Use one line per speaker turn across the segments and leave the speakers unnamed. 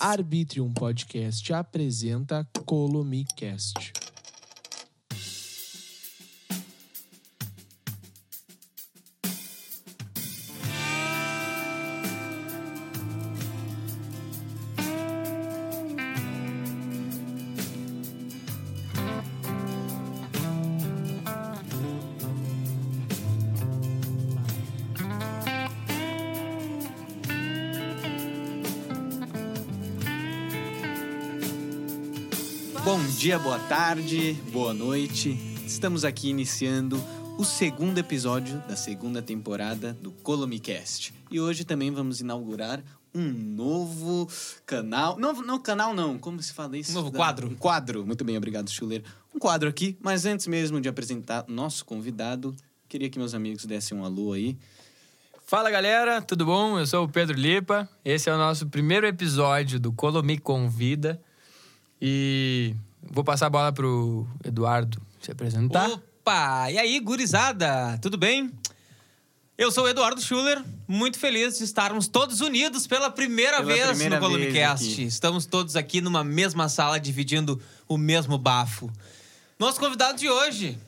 Arbitrium Podcast apresenta Colomicast.
Bom dia, boa tarde, boa noite. Estamos aqui iniciando o segundo episódio da segunda temporada do Colomicast. E hoje também vamos inaugurar um novo canal. Não, não canal não, como se fala isso?
Um novo
Da-
quadro.
Um quadro. Muito bem, obrigado, Schuler. Um quadro aqui, mas antes mesmo de apresentar nosso convidado, queria que meus amigos dessem um alô aí.
Fala galera, tudo bom? Eu sou o Pedro Lipa. Esse é o nosso primeiro episódio do Colomi Convida. E vou passar a bola pro Eduardo se
tá?
apresentar.
Opa! E aí, gurizada? Tudo bem? Eu sou o Eduardo Schuller, muito feliz de estarmos todos unidos pela primeira
Pela
vez
primeira
no
vez
Columcast.
aqui.
Estamos todos aqui numa mesma sala dividindo o mesmo bafo. Nosso convidado de hoje,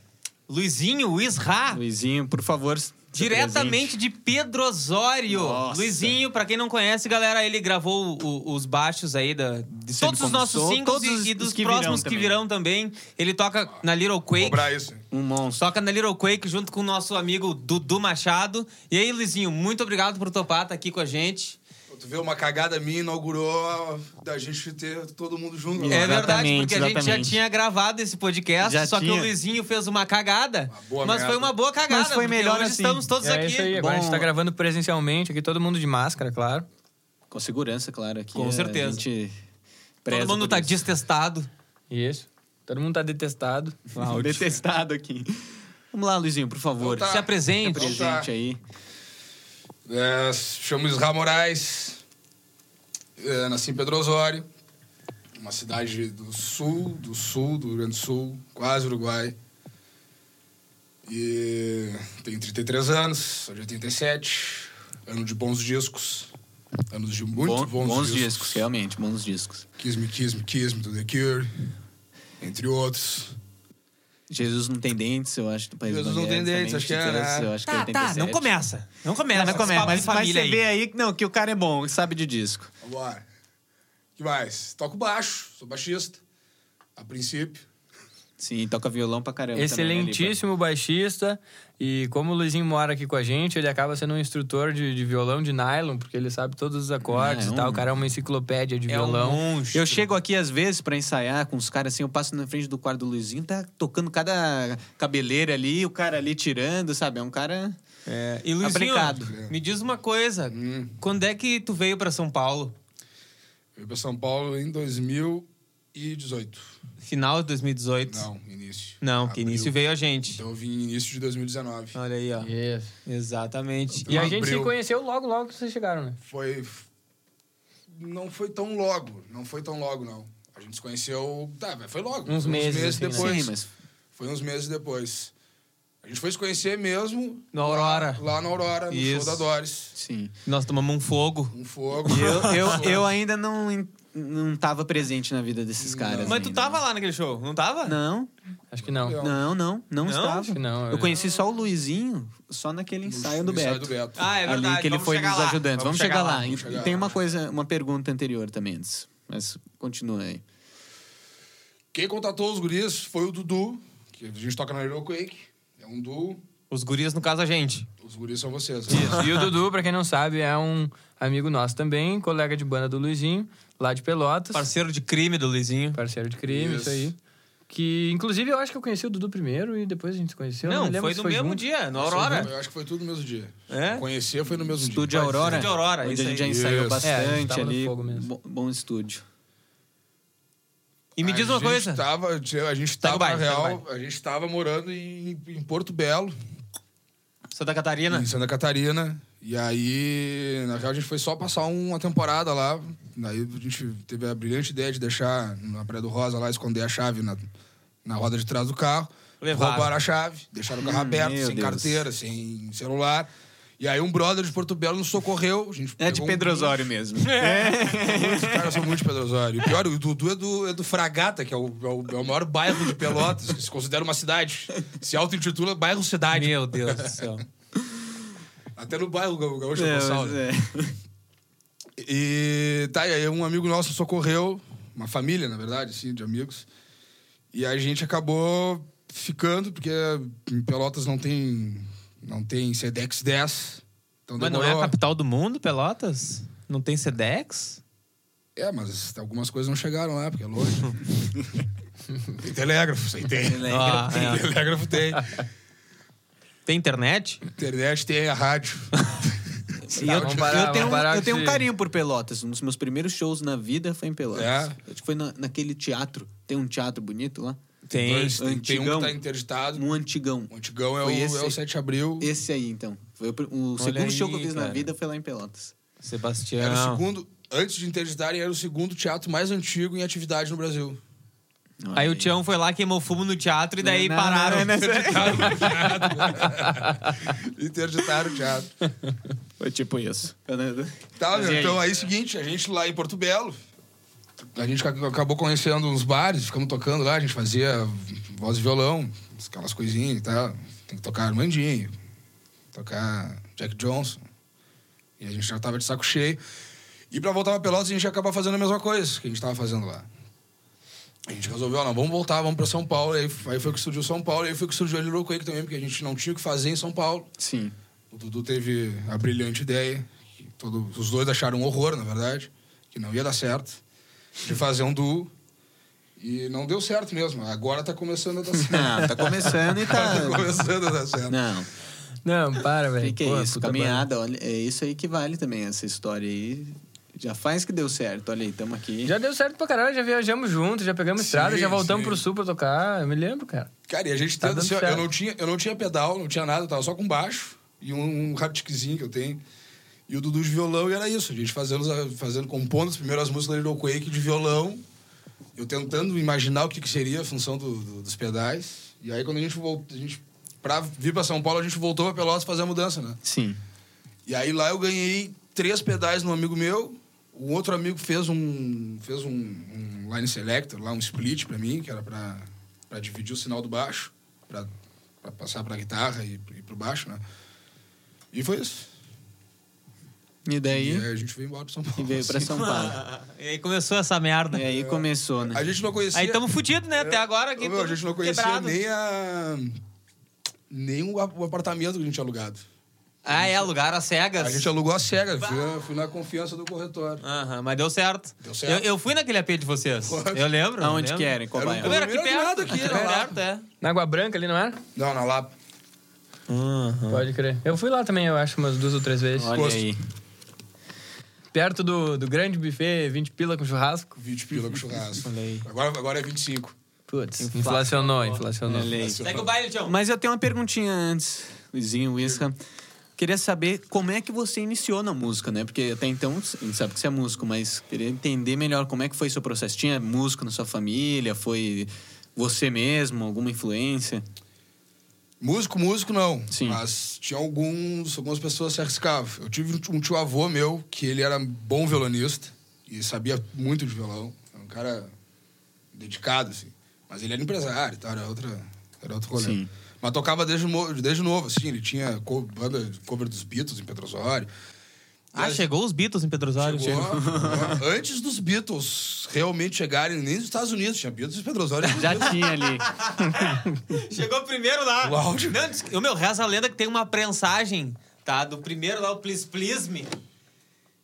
Luizinho o Isra,
Luizinho, tá por favor. se
Ah. diretamente de Pedro Osório.
Nossa.
Luizinho, pra quem não conhece, galera, ele gravou o- os baixos aí da, de
Sempre
todos os nossos
começou,
singles
todos
e, e
os
dos
que virão
próximos que
também.
virão também. Ele toca na Little Quake.
Cobrar isso.
apresente. Um monstro.
Toca na Little Quake junto com o nosso amigo Dudu Machado. E aí, Luizinho, muito obrigado por topar tá aqui com a gente.
Tu vê, uma cagada minha inaugurou da gente ter todo mundo junto.
é
agora.
verdade, porque a gente já
exatamente.
tinha gravado esse podcast,
Já
só que
tinha.
o Luizinho fez uma cagada.
Uma boa
mas
merda.
foi uma boa cagada,
Mas foi
porque
melhor
hoje
assim.
estamos todos
é
aqui.
isso aí, agora a gente
Bom.
tá gravando presencialmente aqui, todo mundo de máscara, claro.
Com segurança, claro. Aqui
Com
a
certeza.
gente preza
Todo mundo
por
tá
isso.
destestado.
Isso. Todo mundo tá detestado.
Detestado aqui. Vamos lá, Luizinho, por favor.
Então tá.
Se
Se
apresente.
apresente
Então tá.
aí.
É, chamo Israel Moraes. É, nasci em Pedro Osório. Uma cidade do sul, do sul, do Rio Grande do Sul, quase Uruguai. E tenho 33 anos, sou de 87. Ano de bons discos. Anos de muito
Bom-
bons,
bons
discos.
discos, é. realmente, bons discos.
Kiss Me, Kiss Me, Kiss Me, do The Cure. Entre outros.
Jesus não tem dentes, eu acho, do País
Jesus
das
não tem
Mulheres
dentes,
também,
acho que é,
Titãs,
né?
eu acho que é
Tá, tá,
87.
não começa. Não começa.
Não, não
esse
começa,
papo de
mas, mas
família
você
aí.
vê aí que- não, que o cara é bom, sabe de disco.
Vambora. O que mais? Toco baixo, sou baixista. A princípio.
Sim, toca violão pra caramba.
né,
né,
Excelentíssimo baixista. E como o Luizinho mora aqui com a gente, ele acaba sendo um instrutor de, de violão de nylon, porque ele sabe todos os acordes
Ah, é
e tal.
um-
O cara é uma enciclopédia de
É um
violão.
monstro.
Eu chego aqui às vezes pra ensaiar com os caras assim, eu passo na frente do quarto do Luizinho, tá tocando cada cabeleira ali, o cara ali tirando, sabe? É um cara.
É, e Luizinho,
Abrigado.
me diz uma coisa.
Hum.
Quando é que tu veio pra São Paulo?
Eu vim pra São Paulo em 2018.
Final de 2018?
Não, início.
Não, que
Abril.
início veio a gente.
Então eu vim início de 2019.
Olha aí, ó.
Isso.
Exatamente.
E a
Abril.
gente se conheceu logo, logo que vocês chegaram, né?
Foi. Não foi tão logo. Não foi tão logo, não. A gente se conheceu. Tá, mas foi logo.
Uns
Foi
meses, assim, né?
depois.
Sim, mas
Foi uns meses depois. A gente foi se conhecer mesmo.
Na
lá-
Aurora.
Lá, na Aurora, no
Isso.
show da Doris.
sim.
Nós tomamos um fogo.
Um fogo.
Eu, eu, eu ainda não, en- não tava presente na vida desses caras.
Mas tu
ainda.
tava lá naquele show, não tava?
Não,
Acho que não.
Não.
não, não, não,
Não?
estava.
Acho que não, é.
eu
eu-
conheci só o Luizinho, só naquele ensaio, do,
No
Beto.
ensaio do Beto.
Ah, é verdade.
Ali que ele
vamos
foi
chegar
nos
lá.
ajudando. Vamos, chegar, lá. E-
vamos chegar
e
lá.
tem uma coisa, uma pergunta anterior também antes. Mas continua aí.
Quem contatou os guris foi o Dudu, que a gente toca na Little Quake. É um duo.
Os gurias, no caso, a gente.
Os guris são vocês.
E o Dudu, pra quem não sabe, é um amigo nosso também, colega de banda do Luizinho, lá de Pelotas.
Parceiro de crime do Luizinho.
Parceiro de crime,
Isso.
isso aí. Que, inclusive, eu acho que eu conheci o Dudu primeiro e depois a gente se conheceu. eu
não,
me lembro
foi
se
no mesmo
junto.
dia, na
Eu
Aurora.
acho que foi tudo no mesmo dia.
É?
Conhecer foi no mesmo
Estúdio
dia. Pode
Aurora.
Estúdio É Aurora,
É onde
isso
a gente tá. já
aí.
ensaiou
Isso.
É, a gente
bastante
tava no
ali.
fogo mesmo.
Bom, bom estúdio.
E me diz
a
uma
gente tá.
coisa.
Tava, a gente
Segue o
tava, na
baile, segue o
real, a gente tava morando em, em Porto Belo,
Santa
Né?
Catarina.
em Santa Catarina. E aí, na real, a gente foi só passar um, uma temporada lá. Daí a gente teve a brilhante ideia de deixar na Praia do Rosa lá, esconder a chave na, na roda de trás do carro.
Levaram.
Roubaram a chave, deixaram o carro
Hum,
aberto,
meu
sem
Deus.
carteira, sem celular. E aí um brother de Porto Belo nos socorreu. A gente
É de
pegou um
Pedro
bus,
Osório mesmo.
É,
Os caras são muito de Pedro Osório. E pior, o Dudu é do, é do Fragata, que é o, é o- é o maior bairro de Pelotas, que se considera uma cidade. Se auto-intitula bairro cidade.
Meu Deus do céu.
Até no bairro o gaúcho é,
É,
é,
mas, é.
E tá, e aí um amigo nosso socorreu, uma família, na verdade, assim, de amigos. E a gente acabou ficando, porque em Pelotas não tem. não tem Sedex 10. Então
Mas
demorou.
não é a capital do mundo, Pelotas? Não tem Sedex?
É, mas algumas coisas não chegaram lá, porque é longe. tem telégrafo, isso aí tem.
Ah, é.
Telégrafo tem.
Tem internet?
Internet tem, a rádio.
E eu,
vamos parar,
eu tenho,
vamos
um-
parar
eu
de-
tenho um carinho por Pelotas. Um dos meus primeiros shows na vida foi em Pelotas.
É?
Acho que foi na- naquele teatro. Tem um teatro bonito lá?
Tem.
Dois, tem, tem um
antigão.
que tá interditado.
Um antigão.
O antigão é o,
Foi esse
é o
aí.
7 de abril.
Esse aí, então. Foi o, pr- o segundo
aí,
show que eu fiz na
cara.
vida foi lá em Pelotas.
Sebastião.
Era o segundo, antes de interditarem, era o segundo teatro mais antigo em atividade no Brasil.
Aí o Tião foi lá, queimou fumo no teatro e daí
Não, não,
pararam.
não, não, não.
Interditaram o teatro.
Foi tipo isso.
Tá,
Mas
meu,
e aí?
então aí é o seguinte, a gente lá em Porto Belo, a gente ac- acabou conhecendo uns bares, ficamos tocando lá, a gente fazia voz e violão, aquelas coisinhas e tal. Tem que tocar Armandinho, tocar Jack Johnson. E a gente já tava de saco cheio. E pra voltar pra Pelotas, a gente ia acabar fazendo a mesma coisa que a gente tava fazendo lá. A gente resolveu, ó, não, vamos voltar, vamos pra São Paulo. E Aí, aí foi que surgiu São Paulo, e aí foi que surgiu a Little Quake também, porque a gente não tinha o que fazer em São Paulo.
Sim.
O Dudu teve a brilhante ideia, que todo- os dois acharam um horror, na verdade, que não ia dar certo, de fazer um duo. E não deu certo mesmo. Agora tá começando a dar certo.
Não, tá começando e
Agora tá
tá.
começando a dar certo.
Não,
Não, para,
o
velho.
que, que
Pô,
é isso?
puta
Caminhada, olha, é isso aí que vale também, essa história aí. Já faz que deu certo, olha aí, tamo aqui.
banda. Já deu certo pra caralho, já viajamos juntos, já pegamos
Sim,
estrada, já voltamos
sim.
pro sul pra tocar. Eu me lembro, cara.
Cara, e a gente
Tá
tendo,
dando
assim, ó, eu
certo.
não tinha Eu não tinha pedal, não tinha nada, eu tava só com baixo e um, um raptiquezinho que eu tenho. E o Dudu de violão, e era isso. A gente fazendo, os- fazendo compondo as primeiras músicas da Little Quake de violão. Eu tentando imaginar o que, que seria a função do- do- dos pedais. E aí, quando a gente voltou, a gente, pra vir pra São Paulo, a gente voltou pra Pelotas fazer a mudança, né?
Sim.
E aí lá eu ganhei três pedais num amigo meu. Um outro amigo fez um fez um, um line selector, lá um split pra mim, que era pra, pra dividir o sinal do baixo, pra, pra passar pra guitarra e, e pro baixo, né? E foi isso.
E
E
daí,
aí a gente veio embora pra São Paulo.
e veio pra
assim.
São Paulo.
E aí começou essa merda.
E aí começou, né?
A gente não conhecia.
Aí tamo fudido, né? Até agora
é- Ô,
aqui.
meu, a gente não conhecia
quebrado.
nem a. Nem o a- o apartamento que a gente tinha alugado.
Ah, é, alugaram as cegas.
A gente alugou a cega, fui, fui na confiança do corretor.
Aham, mas deu certo.
Deu certo.
Eu, eu fui naquele AP de vocês. Eu lembro. eu
Aonde
lembro.
que era, em qual
Era um
bairro?
Eu era aqui
Não era
perto.
nada aqui, né?
aqui
era lá.
perto, é.
Na Água Branca ali, não era?
Não, na Lapa.
Pode crer. Eu fui lá também, eu acho, umas duas ou três vezes.
Olha
Gosto.
aí.
Perto do, do grande buffet, 20 pila com churrasco.
20 pila com churrasco. Agora, agora é 25.
Putz, inflacionou, inflacionou.
Olha aí.
assim,
Segue o baile, Tião.
Mas é eu tenho uma perguntinha antes, Luizinho, Isra. Queria saber como é que você iniciou na música, né? Porque até então a gente sabe que você é músico, mas queria entender melhor como é que foi seu processo. Tinha músico na sua família? Foi você mesmo? Alguma influência?
Músico, músico não.
Sim.
Mas tinha alguns, algumas pessoas que se arriscavam. Eu tive um tio avô meu que ele era bom violonista e sabia muito de violão. Era um cara dedicado, assim. Mas ele era empresário, e tal, era, outra, era outro rolê.
Sim.
Mas tocava desde, mo- desde novo, assim. Ele tinha co banda de cover dos Beatles em Petrosório.
Ah, chegou os Beatles em Pedrosório.
Chegou, ó, antes dos Beatles realmente chegarem, nem nos Estados Unidos, tinha Beatles em Petrosório.
é
Já tinha ali.
Chegou primeiro lá.
O áudio.
Não, diz que- o meu, reza a lenda que tem uma prensagem, tá? Do primeiro lá, o Please Please Me.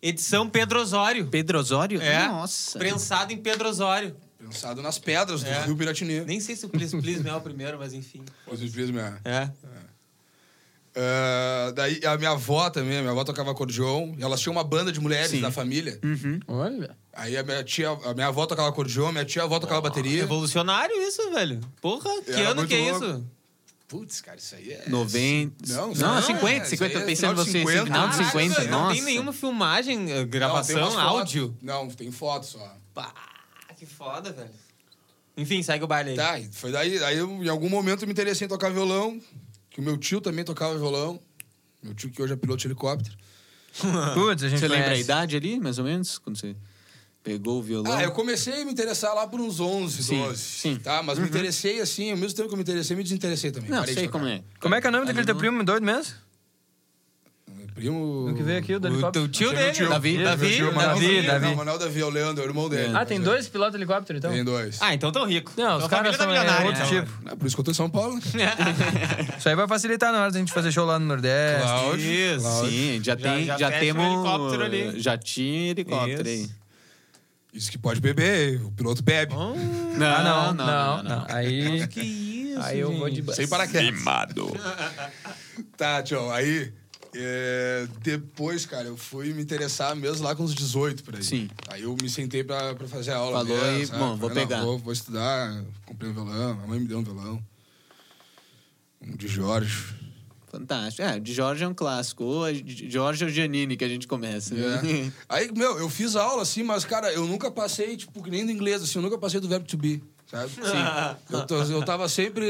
Edição Pedro Osório.
Pedro Osório?
É.
Nossa.
Prensado em Pedro Osório.
Pensado nas pedras do
É.
Rio Piratini.
Nem sei se o Please Please Me é o primeiro, mas enfim.
Positivismo é.
É.
Ah, daí a minha avó também, a minha avó tocava acordeon. e Elas tinham uma banda de mulheres
Sim. Hum.
da família.
Olha.
Aí a minha tia, a minha avó tocava acordeon, minha tia avó tocava bateria.
Revolucionário isso, velho. Porra, que
Era
ano
muito
que é
louco.
isso?
Putz, cara, isso aí é.
90.
Não,
Não,
isso não,
50, 50.
é, isso aí é
Eu pensei em
final de
você.
50.
Final de
Caralho,
50,
velho,
nossa.
Não tem nenhuma filmagem, eh, gravação,
umas fotos.
áudio.
Não, tem foto só.
Pá, que foda, velho. Enfim, segue o baile aí.
Tá, e foi daí. Aí eu, em algum momento eu me interessei em tocar violão, que o meu tio também tocava violão. Meu tio que hoje é piloto de helicóptero.
Putz, a gente
Você lembra a
conhece.
idade ali, mais ou menos? Quando você pegou o violão?
Ah, eu comecei a me interessar lá por uns 11,
Sim,
12.
sim. Uhum.
Tá? Mas me interessei assim, ao mesmo tempo que eu me interessei, me desinteressei também.
Não,
Parei de
sei
tocar.
como é.
Como é que é o nome daquele
Ali
teu
no-
primo doido mesmo?
Meu primo.
O que veio aqui, o do
O
helicóptero?
teu tio
Teve um
dele.
tio.
Davi,
Isso,
Davi,
meu tio,
Davi,
Manavi,
Não,
Davi.
o Manuel Davi é o Leandro, é o irmão dele.
Ah, tem
Mas
dois pilotos de helicóptero, então?
Tem dois.
Ah, então tão rico.
Não, os
Tua
caras
família tá
são é,
milionária,
outro
né?
tipo.
É por isso que eu tô em São Paulo. né?
Isso aí vai facilitar na hora da gente fazer show lá no
É.
Nordeste.
Cláudio.
Isso.
Sim, já,
Já-
tem,
já
já,
fecha o
temos.
helicóptero ali.
Já tinha helicóptero
Isso.
aí.
Isso que pode beber, o piloto bebe.
Não,
Ah, não, não, não, Aí,
Que isso,
aí eu vou de
gente.
bus.
Sem paraquedas. Tá, tchau. Aí, é, depois, cara, eu fui me interessar mesmo lá com uns 18 por aí.
Sim.
Aí eu me sentei pra, pra fazer a aula
Falou
mesmo,
e,
sabe?
bom, vou
Falei, não,
pegar.
Vou, vou estudar, comprei um violão, a mãe me deu um violão. Um de Jorge.
Fantástico. É, de Jorge é um clássico. Ou é de Jorge ou Giannini que a gente começa. né?
É. Aí, meu, eu fiz aula assim, mas, cara, eu nunca passei, tipo, que nem do inglês, assim, eu nunca passei do verbo to be, sabe? Sim. Eu, tô- eu tava sempre,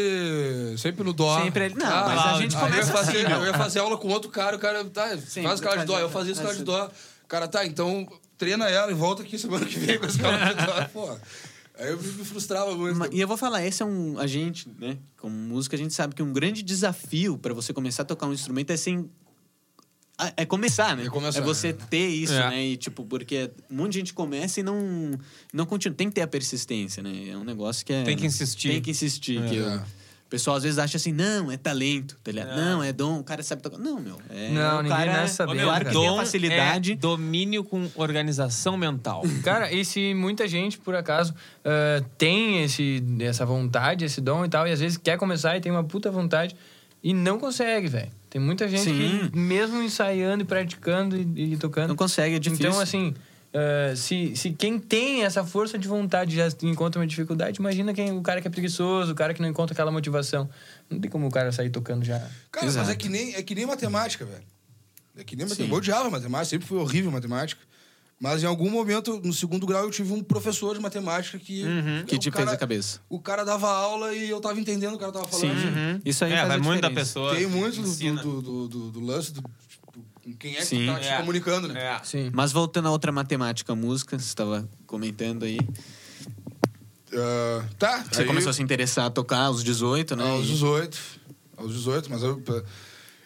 sempre no dó.
Sempre ali- não, mas
a gente
aí eu
começa
ia fazer, Eu ia fazer aula com outro cara, o cara, tá, faz o cara de
faz-
dó, eu fazia esse cara
faz-
de dó. Cara, tá, então treina ela e volta aqui semana que vem com esse cara de dó, pô. Aí eu me frustrava muito.
Ma- E eu vou falar, esse é um. A gente, né? Como música, a gente sabe que um grande desafio pra você começar a tocar um instrumento é sem. a- É começar, né?
É começar,
você
é.
ter isso,
É.
né? E tipo, porque um monte de gente começa e não, não continua. Tem que ter a persistência, né? É um negócio que é.
Tem que insistir.
Tem que insistir. que eu-
É.
o pessoal às vezes acha assim, não, é talento, tá ligado? Não, é dom, o cara sabe tocar. Não, meu. É,
Não,
o
ninguém
cara,
nasce
Ô,
sabendo,
meu,
Claro que
dom
tem a facilidade.
é domínio com organização mental.
Cara, e se muita gente, por acaso, eh, tem esse, essa vontade, esse dom e tal, e às vezes quer começar e tem uma puta vontade e não consegue, velho. Tem muita gente
Sim.
que, mesmo ensaiando e praticando e, e tocando...
Não consegue, é difícil.
Então, assim, eh, se, se quem tem essa força de vontade já encontra uma dificuldade, imagina quem, o cara que é preguiçoso, o cara que não encontra aquela motivação. Não tem como o cara sair tocando já.
Cara, mas
Exato.
é que, nem, é que nem matemática, velho. É que nem
Sim.
matemática. Eu odiava matemática, sempre fui horrível em matemática. Mas em algum momento, no segundo grau, eu tive um professor de matemática que.
Uhum. Que
o
te fez a cabeça.
O cara dava aula e eu tava entendendo o que o cara tava falando.
Isso aí
é,
faz
vai
a
muito da
diferença.
pessoa.
Tem muito do,
Ensina.
do, do, do- do lance do. tipo, com quem é que
Sim.
tá se
É.
comunicando, né?
É.
Sim.
Mas voltando a outra matemática, música, você estava comentando aí.
Ah, tá.
Você
aí- Ah,
começou a se interessar a tocar aos 18, né?
Aos
E-
18. Aos 18, mas eu,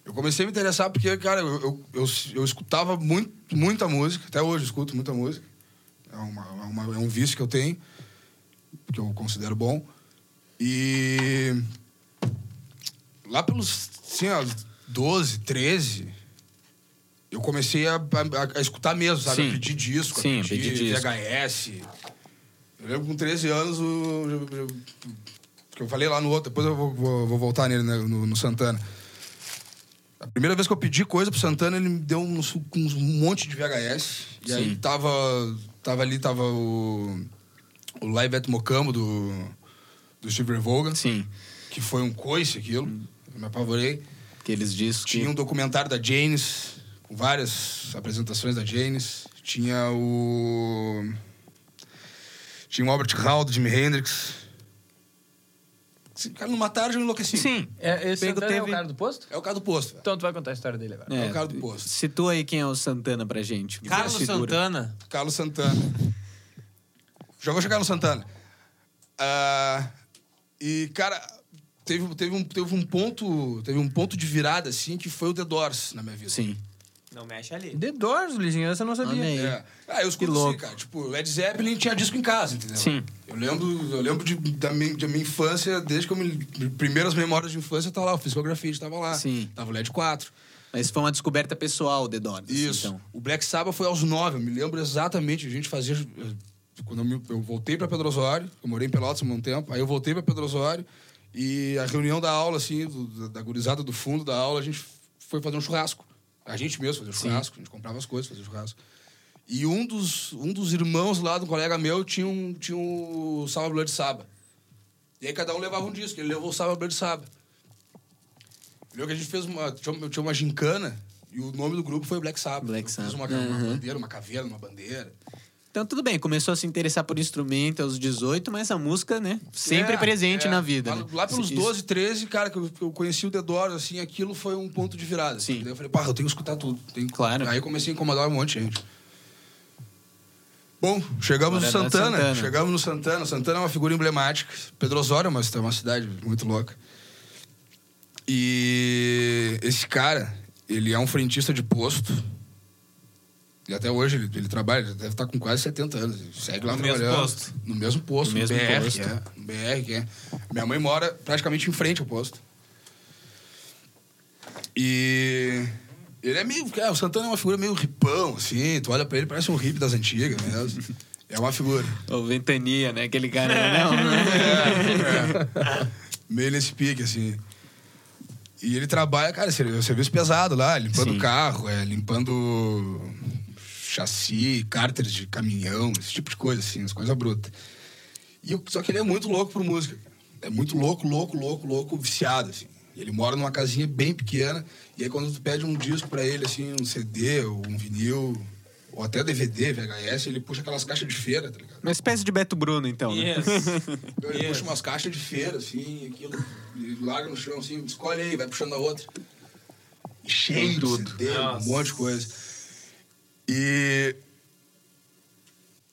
eu comecei a me interessar porque, cara, eu, eu, eu, eu escutava muito, muita música, até hoje eu escuto muita música. É, uma, é uma- é um vício que eu tenho, que eu considero bom. E lá pelos assim, ó, 12, 13, eu comecei a, a- a escutar mesmo, sabe?
Sim.
A pedir disco,
Sim,
a pedir,
pedir disco.
VHS. Eu lembro que com 13 anos o. eu- eu- Que eu falei lá no outro, depois eu vou, vou- vou voltar nele, né, no, no Santana. A primeira vez que eu pedi coisa pro Santana, ele me deu uns, uns- um monte de VHS. E aí
Sim.
tava, tava ali, tava o, o Live at Mocambo do, do Steve Ray Vaughan,
Sim,
que foi um coice aquilo. Eu me apavorei.
que eles dizem
Tinha um
que...
documentário da Janis, com várias apresentações da Janis. Tinha o. Tinha o Albert Hall, do Jimi Hendrix. Esse Cara, numa tarde eu enlouqueci.
Sim.
É, esse
Pego
Santana é o
teve-
cara do posto?
É o cara do posto. velho.
Então tu vai contar a história dele agora.
É o cara do posto.
Situa aí quem é o Santana pra gente.
Carlos
Figura.
Santana.
Carlos Santana. Já vou chegar no Santana. Ah, e, cara, teve, teve, um, teve um ponto. Teve um ponto de virada, assim, que foi o The Doors na minha vida.
Sim.
Não mexe ali.
The Doors, Lizinho, essa eu não sabia.
Amei.
É. Ah, eu
né? Que
escuto
louco.
assim, cara. Tipo, Led Zeppelin tinha disco em casa, entendeu?
Sim.
Eu lembro, eu lembro de, da, minha, da minha infância, desde que eu me. Primeiras memórias de infância tá lá, o Physical Graffiti tava lá.
Sim.
Tava o Led 4.
Mas foi uma descoberta pessoal, The Doors.
Isso.
Então.
O Black Sabbath foi aos 9, eu me lembro exatamente. A gente fazia. eh, Quando eu, me- eu voltei pra Pedro Osório, eu morei em Pelotas há um tempo, aí eu voltei pra Pedro Osório e a reunião da aula, assim, do- da, da gurizada do fundo da aula, a gente foi fazer um churrasco. A gente mesmo fazia um churrasco, a gente comprava as coisas, fazia um churrasco. E um dos, um dos irmãos lá do colega meu tinha um, tinha um Salva Blood Saba. E aí cada um levava um disco, ele levou o Salva Blood Saba. Eu lembro que a gente fez uma. Tinha uma, tinha uma gincana e o nome do grupo foi Black Sabbath.
Black
Eu fiz
Sabbath,
uma, ca- uma
aham.
bandeira, uma caveira, uma bandeira.
Então, tudo bem, começou a se interessar por instrumento aos 18, mas a música, né? Sempre
É,
presente
é.
na vida. né?
Lá pelos
Isso.
12, 13, cara, que eu, que eu conheci o The Doors, assim, aquilo foi um ponto de virada. assim.
Sim.
Daí eu falei, pá, eu tenho que escutar tudo. Tenho que-
Claro.
Aí eu comecei a incomodar um monte de gente. Bom, chegamos
Agora
no
é da
Santana.
Santana.
Chegamos no Santana. Santana é uma figura emblemática. Pedro Osório é uma, é uma cidade muito louca. E esse cara, ele é um frentista de posto. E até hoje ele, ele trabalha, ele deve estar com quase 70 anos. Ele segue lá
No mesmo
trabalhando.
posto.
No mesmo posto,
No
no
mesmo
BR,
posto.
que é, no BR, que é. Minha mãe mora praticamente em frente ao posto. E ele é meio. é, o Santana é uma figura meio ripão, assim. Tu olha pra ele, parece um hippie das antigas mesmo. É uma figura.
Ou Ventania, né? Aquele cara. Não, né?
É, é. Meio nesse pique, assim. E ele trabalha, cara, ser- é um serviço pesado lá, limpando
Sim.
carro, é, limpando chassi, cárteres de caminhão, esse tipo de coisa, assim, as coisas brutas. E eu- só que ele é muito louco por música. cara. É muito louco, louco, louco, louco, viciado, assim. Ele mora numa casinha bem pequena, e aí quando tu pede um disco pra ele, assim, um CD ou um vinil, ou até DVD, VHS, ele puxa aquelas caixas de feira, tá ligado?
Uma espécie de Beto Bruno, então. Né?
Então
É.
ele puxa umas caixas de feira, assim, aquilo, e larga no chão, assim, escolhe aí, vai puxando a outra. E Cheio de CD, um
Nossa.
monte de coisa. E.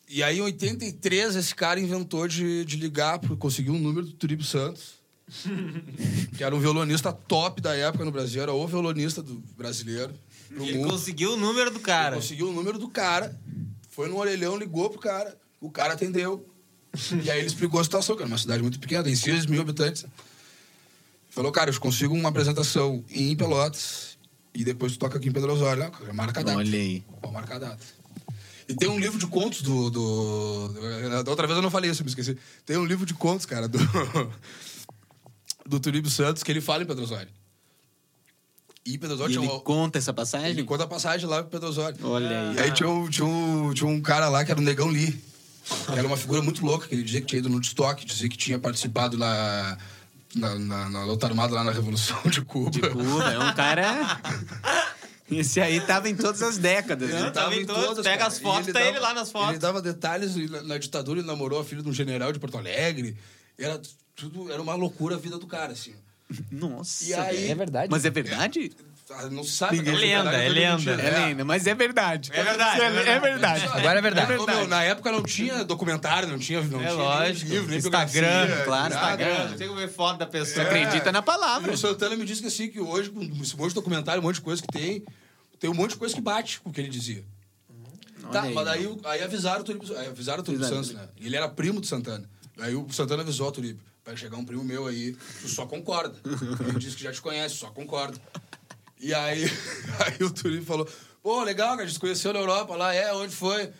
E aí, em 83, esse cara inventou de, de ligar, porque conseguiu um número do Tribo Santos, que era um violonista top da época no Brasil, era o violonista do brasileiro. Pro
Ele
mundo.
conseguiu o número do cara.
Conseguiu o número do cara, foi no orelhão, ligou pro cara, o cara atendeu. e aí ele explicou a situação, que era uma cidade muito pequena, tem 6 mil habitantes. Falou, cara, eu consigo uma apresentação em Pelotas e depois tu toca aqui em Pedro Osório. Ah, cara, Marca a data.
Olha aí.
Vou marcar a data. E tem um livro de contos do, do- do- Da outra vez eu não falei isso, eu me esqueci. Tem um livro de contos, cara, do. Do Turíbio Santos, que ele fala em Pedro Osório. E Pedro
E
Osório
ele
tinha uma-
conta essa passagem?
ele conta a passagem lá pro Pedro Osório.
Olha aí.
E
ah.
aí tinha um, tinha, um, tinha um cara lá que era o Negão Lee. Que era uma figura muito louca, que ele dizia que tinha ido no Woodstock, dizia que tinha participado na, na, na, na luta armada lá na Revolução de Cuba.
De Cuba, é um cara. Esse aí tava em todas as décadas, né?
Ele
tava em todas, pega
cara.
as fotos,
E
tá ele lá nas fotos.
Ele dava detalhes e na, na ditadura, ele namorou a filha de um general de Porto Alegre. Era tudo, era uma loucura a vida do cara, assim.
Nossa.
E aí-
velho.
É
verdade.
Mas é verdade?
Ah, Não se sabe.
Ninguém-
cara,
É lenda,
caralho,
é
tudo
lenda.
mentira.
É, lenda, mas é verdade.
É verdade,
É,
é
é verdade.
Agora é verdade.
Ô, Ah, meu, na época não tinha documentário, não tinha, não
É
tinha
lógico.
nem livro, nem
Instagram,
biografia,
claro,
nada.
Instagram.
Tem que ver foto da
Você
pessoa.
acredita na
E
palavra.
o Santana me disse que assim, que hoje, com esse monte de documentário, um monte de coisa que tem, tem um monte de coisa que bate com o que ele dizia. Tá,
aí.
mas aí, o- aí avisaram o Tulipe, aí avisaram o Tulipe
Avisaram.
Santos, né? Ele era primo do Santana. Aí o Santana avisou o Tulipe. Vai chegar um primo meu aí, tu só concorda. Ele disse que já te conhece, só concorda. E aí, aí o Tulipe falou, pô, legal, cara, a gente se conheceu na Europa lá, é, onde foi?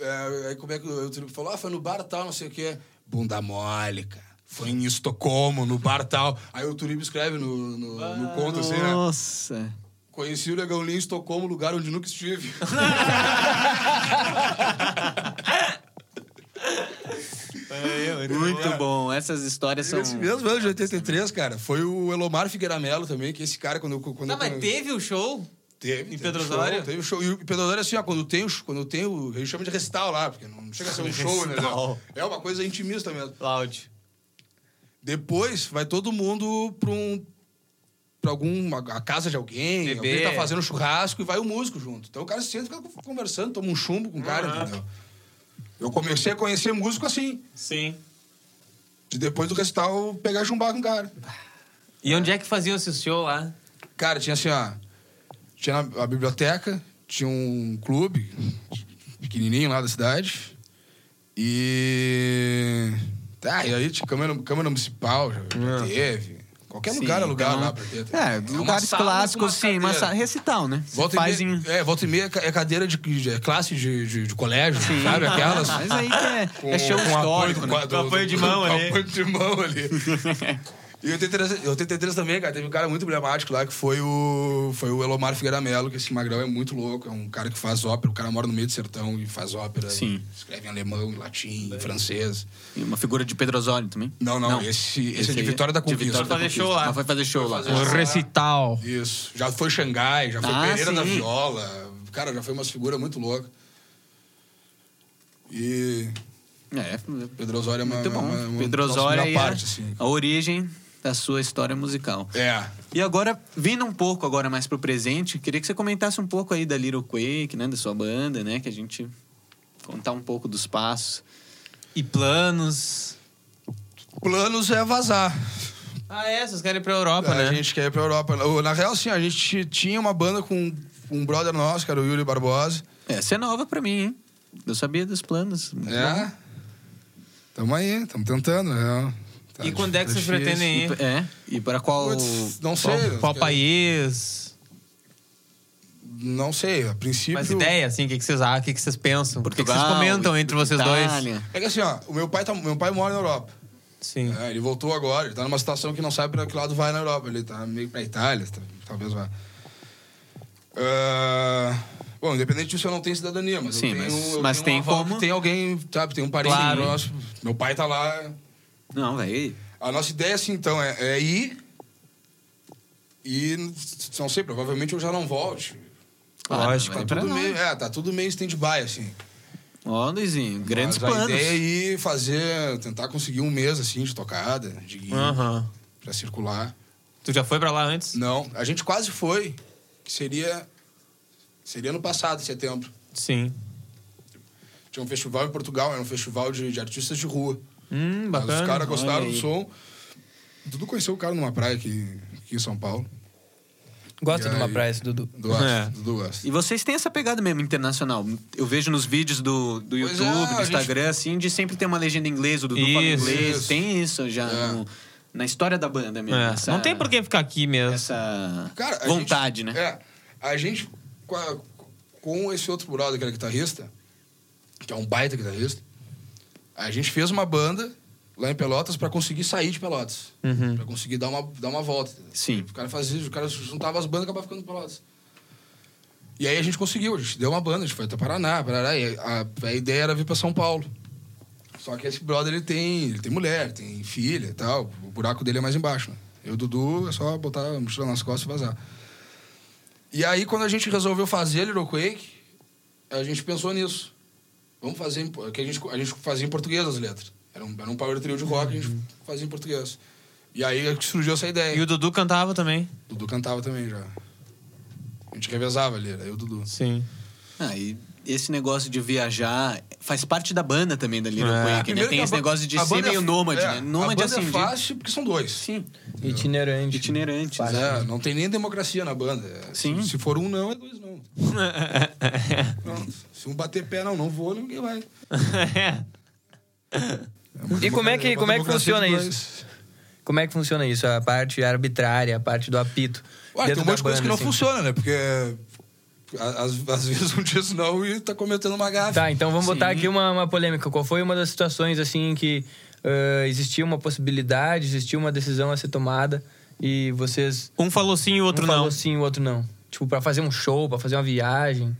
É, aí como é que o o Tulipe falou? Ah, foi no bar tal, não sei o quê. Bunda mole, cara. Foi em Estocolmo, no bar tal. Aí o Tulipe escreve no, no, no conto assim, né?
Nossa.
Conheci o Negão Lima em Estocolmo, lugar onde nunca estive. É,
Muito bom. Essas histórias são.
Esse mesmo ano de 83, cara, foi o Elomar Figueira Melo também, que esse cara, quando eu. Quando
Tá,
eu-
mas teve o show?
Teve.
em
teve
Pedro
show,
Osório?
Teve show. E o Pedro Osório, assim, ó, quando tem o. Quando tem o ele chama de recital lá, porque não chega a ser um show, né?
Recital.
É uma coisa intimista mesmo.
Cláudio.
Depois vai todo mundo pra um. pra alguma a casa de alguém,
Beber.
alguém tá fazendo churrasco e vai o músico junto. Então o cara se senta e fica conversando, toma um chumbo com o cara, entendeu? Eu comecei a conhecer músico assim,
Sim.
de depois do recital pegar chumbar com o cara.
E onde é que faziam esse show lá?
Cara, tinha assim, ó. Tinha na- a biblioteca, tinha um clube pequenininho lá da cidade. E. Tá, e aí tinha câmara, câmara municipal, já, já teve. Qualquer
É. Sim,
lugar é lugar
então-
lá pra ter. tá?
É,
uma
lugares
sala com
clássicos,
uma
sim, mas
cadeira.
recital, né? Se
Volta
faz
e meia,
em.
É, volta e meia é cadeira de, de- é classe de, de, de colégio,
Sim,
sabe?
tá,
Aquelas.
Mas aí que é, é show
apoio
histórico,
do
né?
quadro-
Com apoio de
do-
mão
com
ali.
apoio de mão ali. E em 83, em 83 também, cara, teve um cara muito emblemático lá, que foi o, foi o Elomar Figueira Melo, que esse magrão é muito louco, é um cara que faz ópera, o cara mora no meio do sertão e faz ópera.
Sim.
Escreve em alemão, em latim, em francês.
E uma figura de Pedro Osório também?
Não, não, esse, esse, é de
aí
Vitória da Conquista.
Vitória da
Foi fazer
Conquista.
show lá.
Mas foi fazer show lá.
fazer-
recital.
Isso. Já foi Xangai, já foi
Ah,
Pereira da
sim.
Viola. Cara, já foi umas figuras muito loucas. Pedro Osório é uma,
Muito
uma,
bom.
uma- uma-
Pedro Osório
uma
é
parte, assim.
a origem da sua história musical.
É.
E agora, vindo um pouco agora mais pro presente, queria que você comentasse um pouco aí da Little Quake, né? Da sua banda, né? Que a gente contar um pouco dos passos.
E planos.
Planos é vazar.
Ah, é? Vocês querem ir pra Europa,
A
né?
gente quer ir pra Europa. Ô, Na real, sim, a gente tinha uma banda com um brother nosso, que era o Yuri Barbosa.
Essa é nova pra mim, hein? Eu sabia dos planos. Muito bom.
É. Tamo aí, tamo tentando. né? Tá
E quando é que
tá
vocês
difícil.
pretendem
E,
ir?
p- é. E para qual.
Puts, não sei.
Qual, qual
Eu-
país?
Tipo Não sei, a princípio...
Mas ideia, assim, o que, que vocês acham? O que, que vocês pensam? O que, que vocês
Portugal,
comentam entre vocês dois?
Itália.
É que assim, ó, o meu pai, tá, meu pai mora na Europa.
Sim.
É, ele voltou agora, ele tá numa situação que não sabe pra que lado vai na Europa. Ele tá meio pra Itália, tá- talvez vá. Ah, bom, independente disso, eu não tenho cidadania, mas
Sim,
eu tenho.
mas-
eu
mas
tenho um
tem
aval
como?
que Tem alguém, sabe? Tem um parente
Claro.
nosso. Meu pai tá lá.
Não, velho.
A nossa ideia, assim, então, é, é ir. E não sei, provavelmente eu já não volte.
Lógico.
Tá
vai pra
tudo,
lá.
meio, é, tá tudo meio stand-by, assim.
Ó, Luizinho, grandes
Mas
planos.
A ideia é ir fazer, tentar conseguir um mês, assim, de tocada, de guia,
Aham.
pra circular.
Tu já foi pra lá antes?
Não, a gente quase foi, que seria seria no passado, em setembro.
Sim.
Tinha um festival em Portugal, era um festival de, de artistas de rua.
Hum,
Mas
bacana.
os caras gostaram
olha
do
aí.
som. Dudu conheceu o cara numa praia aqui, aqui em São Paulo.
Gosta
E
de uma
aí?
praia, esse Dudu.
Do Astro,
É.
Dudu Astro.
E vocês têm essa pegada mesmo internacional. Eu vejo nos vídeos do, do
Pois
YouTube,
é,
do
a gente-
Instagram, assim, de sempre ter uma legenda em inglês, o Dudu fala
Isso,
inglês.
isso.
Tem isso já
É.
no- na história da banda mesmo.
É,
essa-
Não tem por que ficar aqui mesmo.
Essa
Cara, a
vontade,
gente-
né?
É. A gente, com, a- com esse outro brother que era guitarrista, que é um baita guitarrista, a gente fez uma banda lá em Pelotas pra conseguir sair de Pelotas.
Uhum.
Pra conseguir dar uma, dar uma volta. entendeu?
Sim.
O cara fazia, o cara juntava as bandas e acabava ficando em Pelotas. E aí a gente conseguiu, a gente deu uma banda, a gente foi até Paraná, Parará, e a, a ideia era vir pra São Paulo. Só que esse brother, ele tem, ele tem mulher, tem filha e tal, o buraco dele é mais embaixo, né? Eu, e o Dudu, é só botar a mochila nas costas e vazar. E aí, quando a gente resolveu fazer Little Quake, a gente pensou nisso. Vamos fazer... em po- Que a, gente, a gente fazia em português as letras. Era um, era um power trio de rock, a gente fazia em português. E aí é que surgiu essa ideia.
Uhum. E o Dudu cantava também.
Dudu cantava também já. A gente revezava ali, era eu e o Dudu.
Sim.
Ah, e esse negócio de viajar faz parte da banda também da Little
É.
Quake, né?
Primeiro que
Tem
a
esse
ba-
negócio de
a
ser
banda é-
meio nômade,
é,
né? Nômade
a banda
assim.
é
de-
fácil porque são dois.
Sim,
Itinerante.
itinerante.
Mas
exato.
é, não tem nem democracia na banda. É, se-
Sim.
Se, for um não, é dois não. Pronto. Se um bater pé, não, não vou, ninguém vai. É uma
E como é que-
democracia-
como é que
uma democracia
funciona
de
isso?
dois.
Como é que funciona isso? A parte arbitrária, a parte do apito.
Ué, tem
dentro
um
da
monte de coisa
banda,
que não
assim.
funciona, né? Porque a- às, às vezes um diz não e tá cometendo uma gafe.
Tá, então vamos botar
Sim.
aqui uma, uma polêmica. Qual foi uma das situações, assim, que ah, existia uma possibilidade, existia uma decisão a ser tomada e vocês...
Um falou sim e o outro
um
não.
falou sim, o outro não. Tipo, pra fazer um show, pra fazer uma viagem,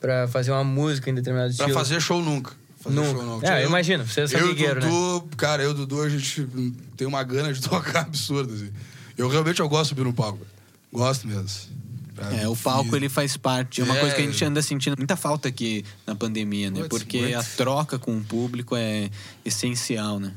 pra fazer uma música em determinado
Pra
estilo.
fazer show nunca. Fazer
Nunca.
show nunca.
É, eu imagino, vocês são
eu e o
amigueiro, né?
Dudu, Cara, eu e o Dudu, a gente tem uma gana de tocar absurda, assim. Eu realmente eu gosto de ir no palco. Gosto mesmo. assim.
É, o palco
E-
ele faz parte. É uma
É.
coisa que a gente anda sentindo muita falta aqui na pandemia, né?
Putz,
Porque
muito.
a troca com o público é essencial, né?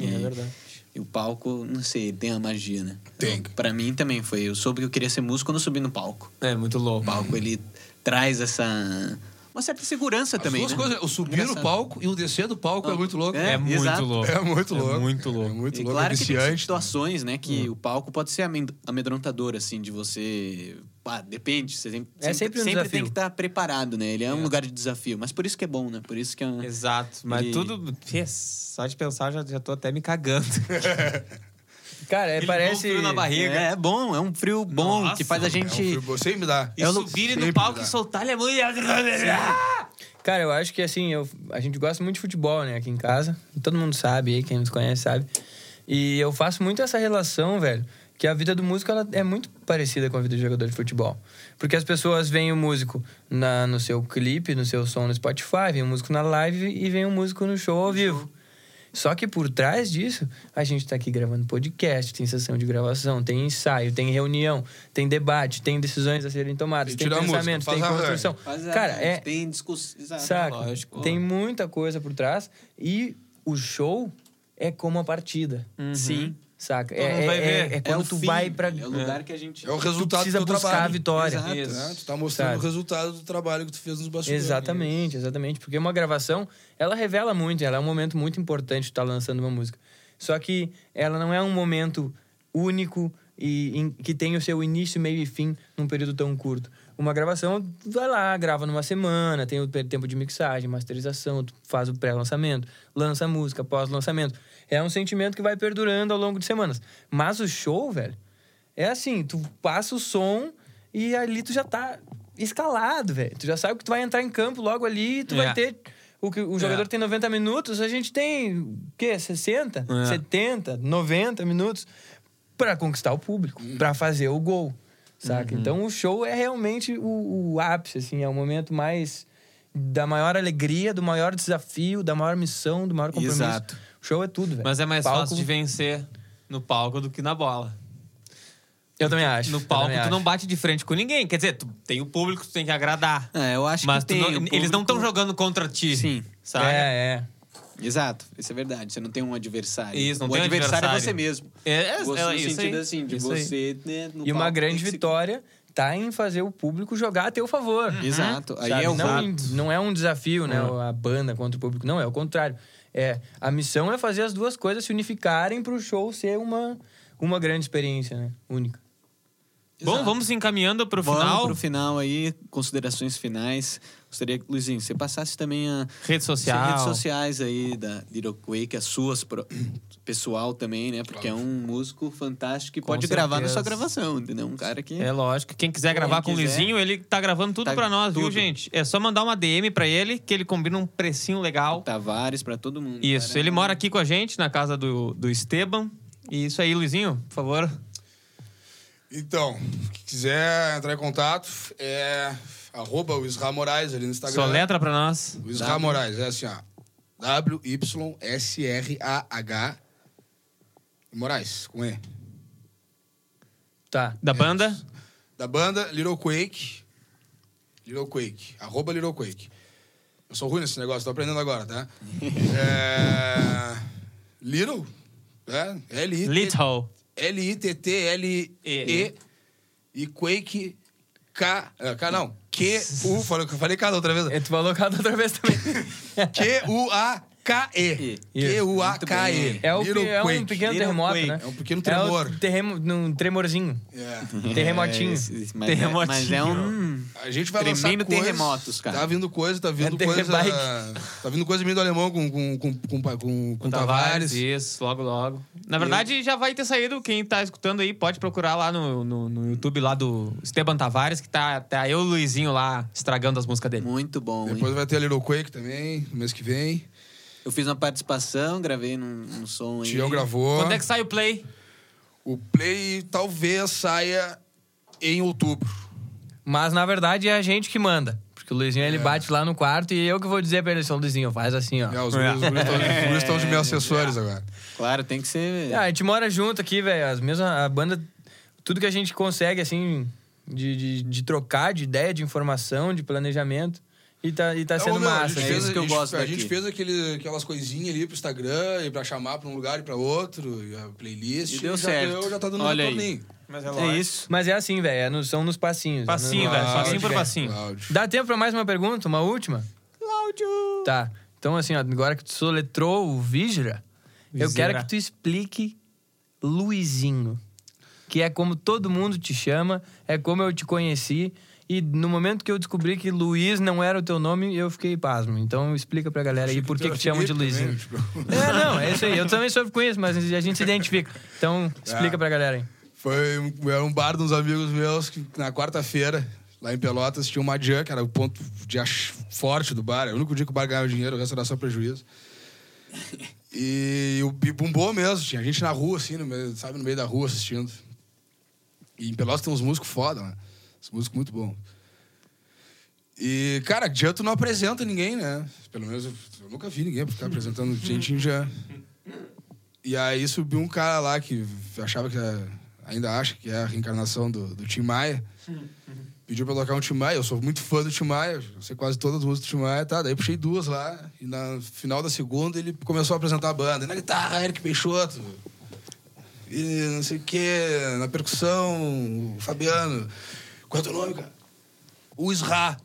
É, é verdade.
E o palco, não sei, tem a magia, né?
Tem.
Pra mim também foi. Eu soube que eu queria ser músico quando eu subi no palco.
É, muito
O
louco.
Uhum.
palco ele traz essa. Uma certa segurança
As
também.
duas
né?
coisas, o subir
Engraçado.
no palco e o descer do palco é muito louco.
É,
É,
muito
exato.
louco.
É muito louco.
É muito louco.
É muito
E
louco, é
claro que tem
viciante.
situações, né, que o palco pode ser amed- amedrontador, assim, de você. Pá, depende. Você sempre,
É sempre um
tem
desafio.
que estar preparado, né? Ele é, um lugar de desafio. Mas por isso que é bom, né? Por isso que é um.
Exato. Mas
E-
tudo. Fê, Só de pensar, já, já tô até me cagando.
Cara, é,
Ele
parece...
deu um frio na barriga.
É, é bom, é um frio bom
Nossa,
que faz a
É um
gente. É
filme, você me dá.
E subir
sempre
no palco
dá.
e soltar ele é muito.
Cara, eu acho que assim, eu, a gente gosta muito de futebol, né, aqui em casa. Todo mundo sabe aí, quem nos conhece sabe. E eu faço muito essa relação, velho, que a vida do músico ela é muito parecida com a vida do jogador de futebol. Porque as pessoas veem o músico na, no seu clipe, no seu som no Spotify, veem o músico na live e veem o músico no show ao vivo. Só que por trás disso, a gente tá aqui gravando podcast, tem sessão de gravação, tem ensaio, tem reunião, tem debate, tem decisões a serem tomadas,
E
tem
tira a música,
pensamento,
faz
tem
arranjo.
construção.
Faz a-
Cara, é,
Tem discussão.
Saca? Tem muita coisa por trás. E o show é como a partida.
Sim.
Saca?
Todo mundo
É,
vai
é,
ver.
é, é
É
quando
o
tu
fim,
vai pra.
É o lugar que a gente.
É o
Tu
resultado
precisa
do teu
buscar a
trabalho.
vitória.
Exato.
Isso.
né? Tu tá mostrando
Sabe?
o resultado do trabalho que tu fez nos bastidores.
Exatamente, exatamente. Porque uma gravação, ela revela muito, ela é um momento muito importante de estar lançando uma música. Só que ela não é um momento único e em- que tem o seu início, meio e fim num período tão curto. Uma gravação, tu vai lá, grava numa semana, tem o per- tempo de mixagem, masterização, tu faz o pré-lançamento, lança a música, pós-lançamento. É um sentimento que vai perdurando ao longo de semanas. Mas o show, velho, é assim, tu passa o som e ali tu já tá escalado, velho. Tu já sabe que tu vai entrar em campo logo ali e tu
É.
vai ter. O, que, o jogador tem 90 minutos, a gente tem o quê? 60,
É.
70, 90 minutos pra conquistar o público, pra fazer o gol. Saca?
Uhum.
Então o show é realmente o, o ápice, assim, é o momento mais da maior alegria, do maior desafio, da maior missão, do maior compromisso.
Exato.
O show é tudo, velho.
Mas é mais
Palco-
fácil de vencer no palco do que na bola.
Eu também acho.
No
eu
palco,
também
tu não
acho.
bate de frente com ninguém. Quer dizer, tu tem o público, tu tem que agradar.
É, eu acho
Mas
que
tu
tem.
não-
o
eles não estão
público-
jogando contra ti.
Sim.
Sabe?
É, é.
Exato, isso é verdade. Você não tem um adversário.
Isso, não
o
tem um
adversário, é
adversário.
você mesmo.
É, é,
você,
é,
no
isso
sentido
aí,
assim, de
isso aí.
você, né, no
E uma
palco tem
grande
que se-
vitória tá em fazer o público jogar a teu favor.
Exato. Aí
Sabe?
é o
não,
voto.
não é um desafio, né? A banda contra o público. Não, é o contrário. É, a missão é fazer as duas coisas se unificarem pro show ser uma, uma grande experiência, né? Única.
Bom,
Exato.
vamos encaminhando pro
Vamos
final.
pro final aí, considerações finais. Gostaria que, Luizinho, você passasse também a
Rede social.
redes sociais aí da Little Quake, as suas pro- pessoal também, né? Porque é um músico fantástico que
Com
pode gravar na
certeza.
sua gravação, entendeu? Um cara que.
É lógico. Quem quiser gravar com o
quiser.
Lizinho, ele tá gravando tudo
Tá
pra nós, viu,
tudo.
gente? É só mandar uma DM pra ele, que ele combina um precinho legal.
Tavares pra todo mundo.
Isso,
cara.
ele mora aqui com a gente, na casa do, do Esteban. E isso aí, Luizinho, por favor.
Então, quem quiser entrar em contato, é arroba o Isra Moraes ali no Instagram.
Soletra pra nós.
O Isra Moraes, é assim, ó. W-Y-S-R-A-H Moraes, com E.
Tá.
Da banda.
Da banda Little Quake. Little Quake. Arroba Little Quake. Eu sou ruim nesse negócio, tô aprendendo agora, tá? é... Little. É, L-I-T-
Little.
L-I-T-T-L-E. E Quake K. é, K não. Q-U. Falei, falei K da outra vez.
E É, Tu falou cada outra vez também.
Q-U-A-K-E.
Isso.
Q-U-A-K-E.
É, o,
Little
pe- é um
Quake.
pequeno
Little
terremoto,
Quake.
né?
É um pequeno
É
tremor.
um, terremo, um tremorzinho. um
É.
Terremotinho.
É, esse- mas, é,
Terremotinho.
mas é um.
A gente vai lançar
Tremendo
coisas,
terremotos, cara.
Tá vindo coisa, tá vindo
É
coisa.
terrebike.
Tá vindo coisa vindo do alemão com, com, com, com, com, com, Tavares.
Isso, logo, logo. Na verdade, já vai ter saído. Quem tá escutando aí, pode procurar lá no, no, no YouTube lá do Esteban Tavares, que tá, tá eu e o Luizinho lá estragando as músicas dele.
Muito bom, hein?
Depois vai ter a Little Quake também, no mês que vem.
Eu fiz uma participação, gravei num, num som
O
aí.
Tião gravou.
Quando é que sai o play?
O play talvez saia em outubro.
Mas na verdade é a gente que manda. Porque o Luizinho
É.
ele bate lá no quarto e eu que vou dizer pra ele: "Seu Luizinho, faz assim, ó.
É, os guris os guris tão- os guris estão de meus assessores
É.
agora.
Claro, tem que ser. é
Ah, a gente mora junto aqui, velho. As mesmas, a banda, tudo que a gente consegue, assim, de, de, de trocar de ideia, de informação, de planejamento. E tá, e tá
Não,
sendo
meu,
massa.
A gente
é
assim.
fez,
isso que eu
a gente-
gosto
a gente
daqui.
fez aquele, aquelas coisinhas ali pro Instagram e pra chamar pra um lugar e pra outro, e a playlist.
E deu
já,
certo.
deu- já tá dando
Olha aí.
retorninho.
Mas
é isso.
Mas é assim, velho. é no- são nos passinhos.
Passinho,
é no-
velho. Passinho
Áudio,
por
velho.
Hum.
passinho.
Áudio.
Dá tempo pra mais uma pergunta? Uma última? Cláudio! Tá. Então, assim, ó, agora que tu soletrou o Vigira, eu
Vizera.
quero que tu explique Luizinho. Que é como todo mundo te chama, é como eu te conheci. E no momento que eu descobri que Luiz não era o teu nome, eu fiquei pasmo. Então explica pra galera aí por
Então,
que, que te chamam de Luizinho. É, não, é isso aí. Eu também soube com isso, mas a gente se identifica. Então explica
Ah.
pra galera aí.
Foi um, era um bar de uns amigos meus que na quarta-feira, lá em Pelotas, tinha uma Jan, que era o ponto de ach- forte do bar. Era o único dia que o bar ganhava dinheiro, o resto era só prejuízo. E o e bombou mesmo, tinha gente na rua, assim, no meio- sabe, no meio da rua assistindo. E em Pelotas tem uns músicos foda, né? Uns músicos muito bons. E, cara, Jan tu não apresenta ninguém, né? Pelo menos eu, eu nunca vi ninguém ficar apresentando gente em Jan. E aí subiu um cara lá que achava que era- ainda acha que é a reencarnação do, do Tim Maia. Pediu pra eu tocar um Tim Maia, eu sou muito fã do Tim Maia, eu sei quase todas as músicas do Tim Maia, tá? Daí eu puxei duas lá, e na final da segunda ele começou a apresentar a banda. E na guitarra, Eric Peixoto, e não sei o quê, na percussão, o Fabiano. Qual é o teu nome, cara? O Isra.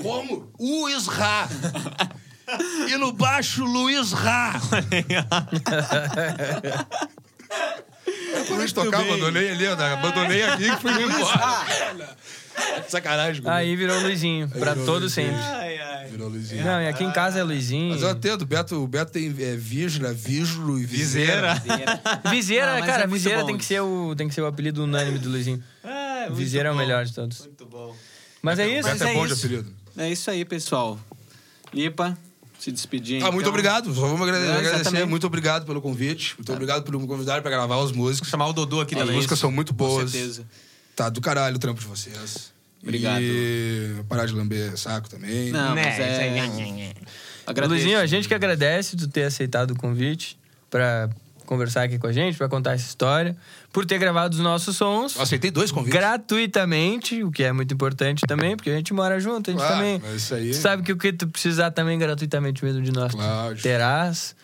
Como? O Isra. E no baixo, Luiz Ra. Quando a gente tocava, abandonei ali, né? abandonei aqui e fui embora. Sacanagem, comigo.
Aí virou Luizinho, pra
virou
todo
Luizinho.
sempre.
Ai, ai.
Virou Luizinho.
Não, e aqui em casa é Luizinho.
Mas eu atendo, o Beto, o Beto tem é, Vigila, Vigilo e Viseira.
Viseira.
Viseira,
Não, mas
cara,
é muito
Viseira
bom
tem que,
isso.
ser o, tem que ser o apelido unânime do Luizinho.
Ah, muito
Viseira é o
bom.
melhor de todos.
Muito bom.
Mas é
O
isso.
Beto é,
é
bom de
isso.
apelido.
É isso aí, pessoal. Lipa, se despedir.
Ah, muito
então.
obrigado. Só vamos agrade-
É,
agradecer.
exatamente.
Muito obrigado pelo convite. Muito obrigado por me convidar pra gravar as músicas.
Chamar o Dodô aqui
As
também.
músicas são muito
Com
boas.
certeza.
Tá do caralho o trampo de vocês.
Obrigado.
E parar de lamber saco também.
Não,
Né,
mas
isso
é... Agradeço.
Luizinho, a gente que agradece tu ter aceitado o convite pra conversar aqui com a gente, pra contar essa história, por ter gravado os nossos sons
Eu aceitei dois convites.
gratuitamente, o que é muito importante também, porque a gente mora junto, a gente
Claro,
também.
mas isso aí-
Tu sabe que o que tu precisar também gratuitamente mesmo de nós, tu
Claro.
terás.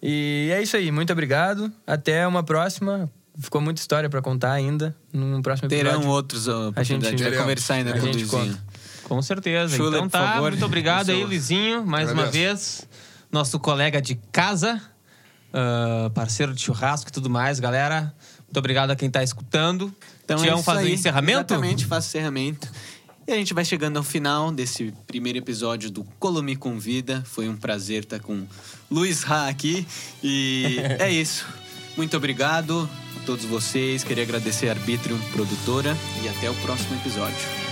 E é isso aí, muito obrigado. Até uma próxima. Ficou muita história pra contar ainda num próximo episódio.
Terão outros ó, oportunidades. A gente vai
Teremos.
conversar ainda
A
com o
gente
Luizinho.
Com certeza.
Schuller,
então
por
tá,
favor.
muito obrigado aí,
Pessoas.
Luizinho, mais uma
Agradeço.
vez. Nosso colega de casa, ah, parceiro de churrasco e tudo mais, galera. Muito obrigado a quem tá escutando.
Então é
Tião
isso
fazer
aí.
encerramento?
Exatamente, faço encerramento. E a gente vai chegando ao final desse primeiro episódio do Colomi Convida. Foi um prazer estar com Luiz Ra aqui. E é isso. Muito obrigado a todos vocês. Queria agradecer a Arbitrium Produtora. E até o próximo episódio.